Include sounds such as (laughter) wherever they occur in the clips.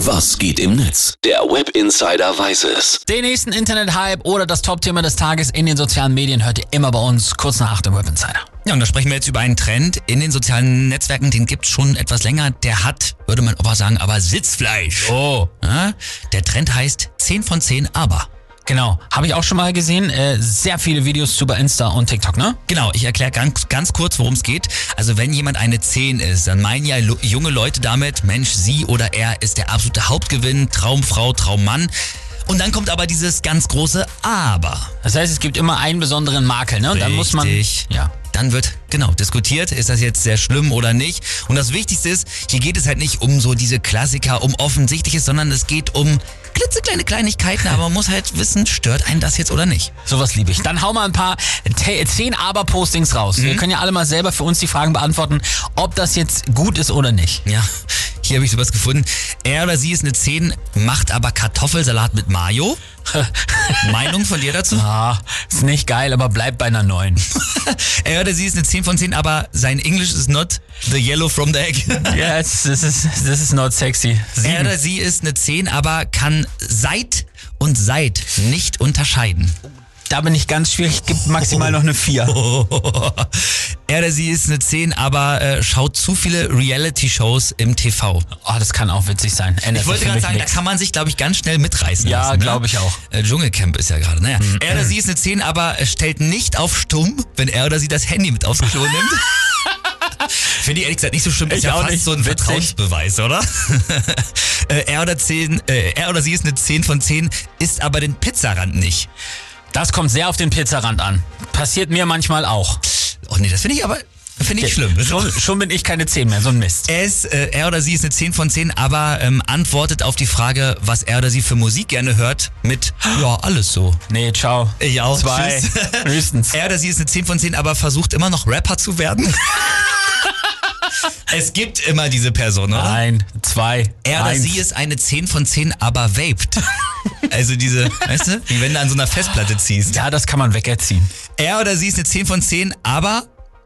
Was geht im Netz? Der Web Insider weiß es. Den nächsten Internet-Hype oder das Top-Thema des Tages in den sozialen Medien hört ihr immer bei uns kurz nach 8 im Web Insider. Ja, und da sprechen wir jetzt über einen Trend in den sozialen Netzwerken, den gibt's schon etwas länger. Der hat, würde mein Opa sagen, aber Sitzfleisch. Oh. Ja, der Trend heißt 10 von 10 aber. Genau, habe ich auch schon mal gesehen. Äh, sehr viele Videos zu bei Insta und TikTok, ne? Genau, ich erkläre ganz, ganz kurz, worum es geht. Also wenn jemand eine 10 ist, dann meinen ja lo- junge Leute damit, Mensch, sie oder er ist der absolute Hauptgewinn, Traumfrau, Traummann. Und dann kommt aber dieses ganz große Aber. Das heißt, es gibt immer einen besonderen Makel, ne? Und dann muss man. Richtig. Ja. Dann wird genau diskutiert, ist das jetzt sehr schlimm oder nicht. Und das Wichtigste ist, hier geht es halt nicht um so diese Klassiker, um Offensichtliches, sondern es geht um klitzekleine Kleinigkeiten, aber man muss halt wissen, stört einen das jetzt oder nicht. Sowas liebe ich. Dann hau mal ein paar te- zehn Aber-Postings Mhm. raus. Wir können ja alle mal selber für uns die Fragen beantworten, ob das jetzt gut ist oder nicht. Ja, hier habe ich sowas gefunden. Er oder sie ist eine 10, macht aber Kartoffelsalat (laughs) mit Mayo. Meinung von dir dazu? Ah, ist nicht geil, aber bleibt bei einer neuen. (laughs) Er oder sie ist eine 10 von 10, aber sein Englisch ist not the yellow from the (laughs) egg. Ja, das ist this is not sexy. Er Sieben. oder sie ist eine 10, aber kann seit und seit nicht unterscheiden. Da bin ich ganz schwierig, gibt maximal noch eine vier. Er oder sie ist eine 10, aber äh, schaut zu viele Reality-Shows im TV. Oh, das kann auch witzig sein. Ändert Ich wollte sich für gerade mich sagen, nix. da kann man sich, glaube ich, ganz schnell mitreißen Ja, lassen. glaube ich auch. Hm. Äh, Dschungelcamp ist ja gerade. Naja. Er oder sie ist eine 10, aber äh, stellt nicht auf stumm, wenn er oder sie das Handy mit aufs Klo nimmt. (laughs) Finde ich ehrlich gesagt nicht so schlimm. Ich ist ja auch fast nicht. so ein Witzig. Vertrauensbeweis, oder? (laughs) äh, er, oder 10, äh, er oder sie ist eine 10 von 10, isst aber den Pizzarand nicht. das kommt sehr auf den Pizzarand an. Passiert mir manchmal auch. Oh nee, das finde ich aber finde ich schlimm. Schon, schon bin ich keine 10 mehr, so ein Mist. Es, äh, er oder sie ist eine 10 von 10, aber ähm, antwortet auf die Frage, was er oder sie für Musik gerne hört, mit ja, alles so. Nee, ciao. Ich auch. Zwei. Tschüss. Höchstens. (laughs) Er oder sie ist eine 10 von 10, aber versucht immer noch Rapper zu (laughs) werden. es gibt immer diese Person, oder? Ein, zwei, Er oder eins. sie ist eine 10 von 10, aber (laughs) vaped. Also diese, weißt du, wie wenn du an so einer Festplatte ziehst. Ja, das kann man wegerziehen. Er oder sie ist eine 10 von 10, aber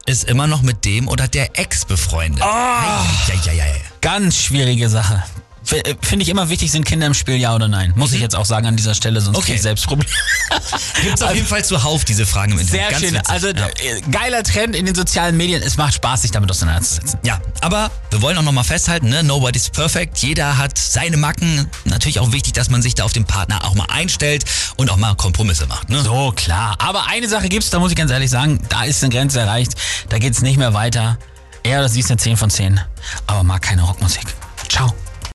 ist immer noch mit dem oder der Ex befreundet. Ah. Ja, ja, ja, ja. Ganz schwierige Sache. F- äh, Finde ich immer wichtig, sind Kinder im Spiel, ja oder nein? Muss ich jetzt auch sagen an dieser Stelle, sonst Mhm. Okay. krieg ich selbst (laughs) Probleme. Gibt's auf jeden Fall zuhauf diese Fragen im Internet. Also Sehr Ganz schön. witzig. Also ja. äh, geiler Trend in den sozialen Medien. Es macht Spaß, sich damit auseinanderzusetzen. Ja, aber wir wollen auch nochmal festhalten, ne? nobody's perfect, jeder hat seine Macken. Natürlich auch wichtig, dass man sich da auf den Partner auch mal einstellt und auch mal Kompromisse macht. Ne? So, klar. Aber eine Sache gibt's, da muss ich ganz ehrlich sagen, da ist eine Grenze erreicht. Da geht's nicht mehr weiter. Er oder sie ist eine 10 von 10. Aber mag keine Rockmusik. Ciao.